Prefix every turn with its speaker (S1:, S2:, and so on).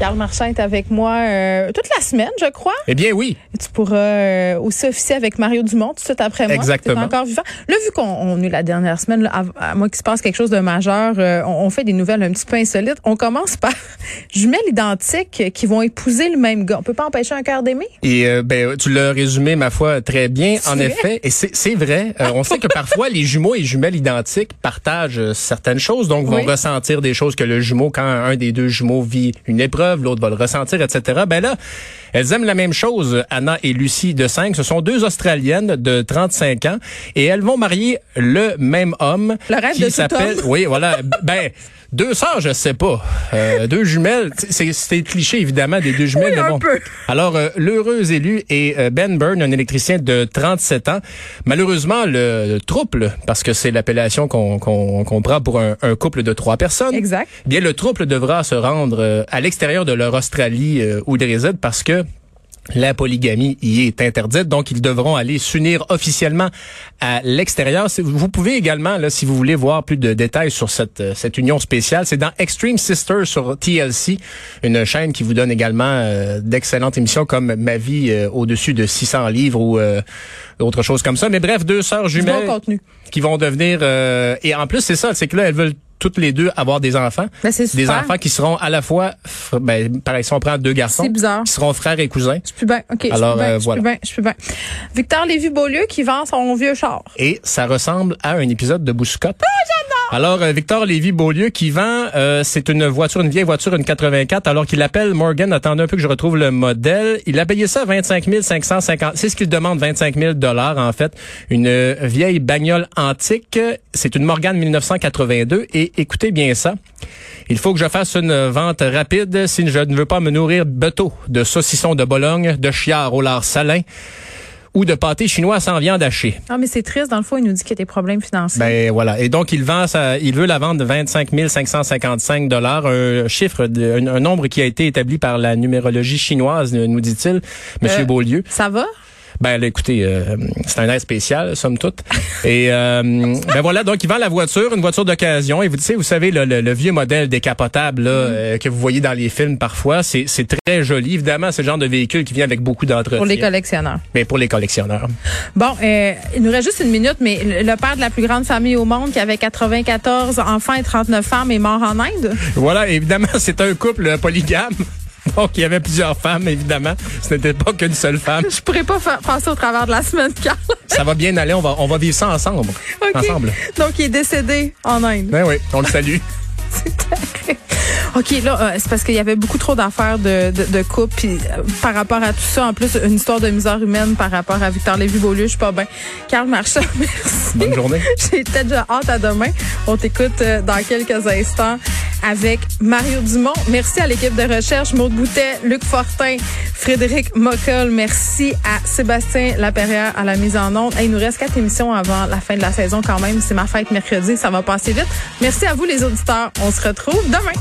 S1: Carl Marchand est avec moi euh, toute la semaine, je crois.
S2: Eh bien oui.
S1: Tu pourras euh, aussi officier avec Mario Dumont tout de suite après moi.
S2: Exactement.
S1: T'es encore vivant. Là, vu qu'on on est la dernière semaine, là, à, à moins qu'il se passe quelque chose de majeur, euh, on, on fait des nouvelles un petit peu insolites. On commence par jumelles identiques qui vont épouser le même gars. On peut pas empêcher un cœur d'aimer.
S2: Et euh, ben tu l'as résumé ma foi très bien. En
S1: vrai?
S2: effet, et c'est c'est vrai. Euh, on sait que parfois les jumeaux et jumelles identiques partagent euh, certaines choses, donc vont
S1: Oui.
S2: ressentir des choses que le jumeau quand un des deux jumeaux vit une épreuve, l'autre va le ressentir, etc. Ben là, elles aiment la même chose. Anna et Lucie de 5, ce sont deux Australiennes de 35 ans et elles vont marier le même homme
S1: Le rêve
S2: qui
S1: de tout
S2: s'appelle
S1: homme.
S2: oui, voilà. Ben, deux sœurs, je sais pas. Euh, deux jumelles, tu sais, c'est c'est cliché évidemment des deux jumelles.
S1: Oui,
S2: mais
S1: un
S2: bon.
S1: peu.
S2: Alors, euh, l'heureux élu est euh, Ben Byrne, un électricien de 37 ans. Malheureusement, le, le trouble, parce que c'est l'appellation qu'on qu'on qu'on prend pour un, un couple de trois personnes.
S1: Exact.
S2: Bien, le trouble devra se rendre euh, à l'extérieur de leur Australie euh, où ils résident parce que la polygamie y est interdite, donc ils devront aller s'unir officiellement à l'extérieur. C'est- Vous pouvez également, là, si vous voulez voir plus de détails sur cette, euh, cette union spéciale, c'est dans Extreme Sisters sur TLC, une chaîne qui vous donne également euh, d'excellentes émissions comme Ma vie euh, au-dessus de 600 livres ou euh, autre chose comme ça. Mais bref, deux sœurs jumelles
S1: bon contenu.
S2: qui vont devenir... euh, et en plus, c'est ça, c'est que là, elles veulent toutes les deux avoir des enfants.
S1: Ben, c'est
S2: des
S1: super.
S2: enfants qui seront à la fois, fr- ben, par exemple, si on prend deux garçons,
S1: C'est bizarre.
S2: qui seront frères et cousins.
S1: Je suis plus bien. Ok.
S2: Alors,
S1: je suis plus bien. je
S2: euh,
S1: suis
S2: voilà.
S1: plus bien, Je suis bien. Victor Lévy Beaulieu qui vend son vieux char.
S2: et ça ressemble à un épisode de Bouscotte. Alors, euh, Victor Lévy-Beaulieu qui vend, euh, c'est une voiture, une vieille voiture, une 84, alors qu'il appelle Morgan, attendez un peu que je retrouve le modèle. Il a payé ça 25 550, c'est ce qu'il demande, 25 000 dollars en fait. Une euh, vieille bagnole antique, c'est une Morgan 1982 et écoutez bien ça. Il faut que je fasse une vente rapide si je ne veux pas me nourrir beteau de saucissons de Bologne, de chiards au lard salin ou de pâté chinois sans viande hachée.
S1: Non, mais c'est triste. Dans le fond, il nous dit qu'il y a des problèmes financiers.
S2: Ben voilà. Et donc il vend sa- il veut la vendre de 25 555 dollars, un chiffre, de- un, un nombre qui a été établi par la numérologie chinoise, nous dit-il, Monsieur
S1: Euh,
S2: Beaulieu.
S1: ça va?
S2: Ben là, écoutez, euh, c'est un air spécial, somme toute. Et euh, ben voilà, donc il vend la voiture, une voiture d'occasion. Et vous, tu sais, vous savez, le, le- le vieux modèle décapotable là,
S1: Mm.
S2: euh, que vous voyez dans les films parfois, c'est c'est très joli. Évidemment, c'est le genre de véhicule qui vient avec beaucoup d'entretien.
S1: Pour les collectionneurs.
S2: Mais pour les collectionneurs.
S1: Bon, euh, il nous reste juste une minute, mais le le père de la plus grande famille au monde, qui avait 94 enfants et 39 femmes, est mort en Inde.
S2: Voilà, évidemment, c'est un couple euh, polygame. Donc, il y avait plusieurs femmes, évidemment. Ce n'était pas qu'une seule femme.
S1: Je pourrais pas fa- passer au travers de la semaine, Carl.
S2: Ça va bien aller, on va, on va vivre ça ensemble.
S1: OK.
S2: Ensemble.
S1: Donc, il est décédé en Inde.
S2: Ben oui, on le salue.
S1: OK, là, euh, c'est parce qu'il y avait beaucoup trop d'affaires de, de, de couple. Puis, euh, par rapport à tout ça, en plus, une histoire de misère humaine par rapport à Victor Lévy-Beaulieu, je suis pas bien. Carl Marchand, merci.
S2: Bonne journée.
S1: J'ai peut-être déjà hâte à demain. On t'écoute euh, dans quelques instants avec Mario Dumont. Merci à l'équipe de recherche, Maude Boutet, Luc Fortin, Frédéric Mockel. Merci à Sébastien Laperrière à la mise en onde. Et il nous reste quatre émissions avant la fin de la saison quand même. C'est ma fête mercredi, ça va passer vite. Merci à vous les auditeurs. On se retrouve demain.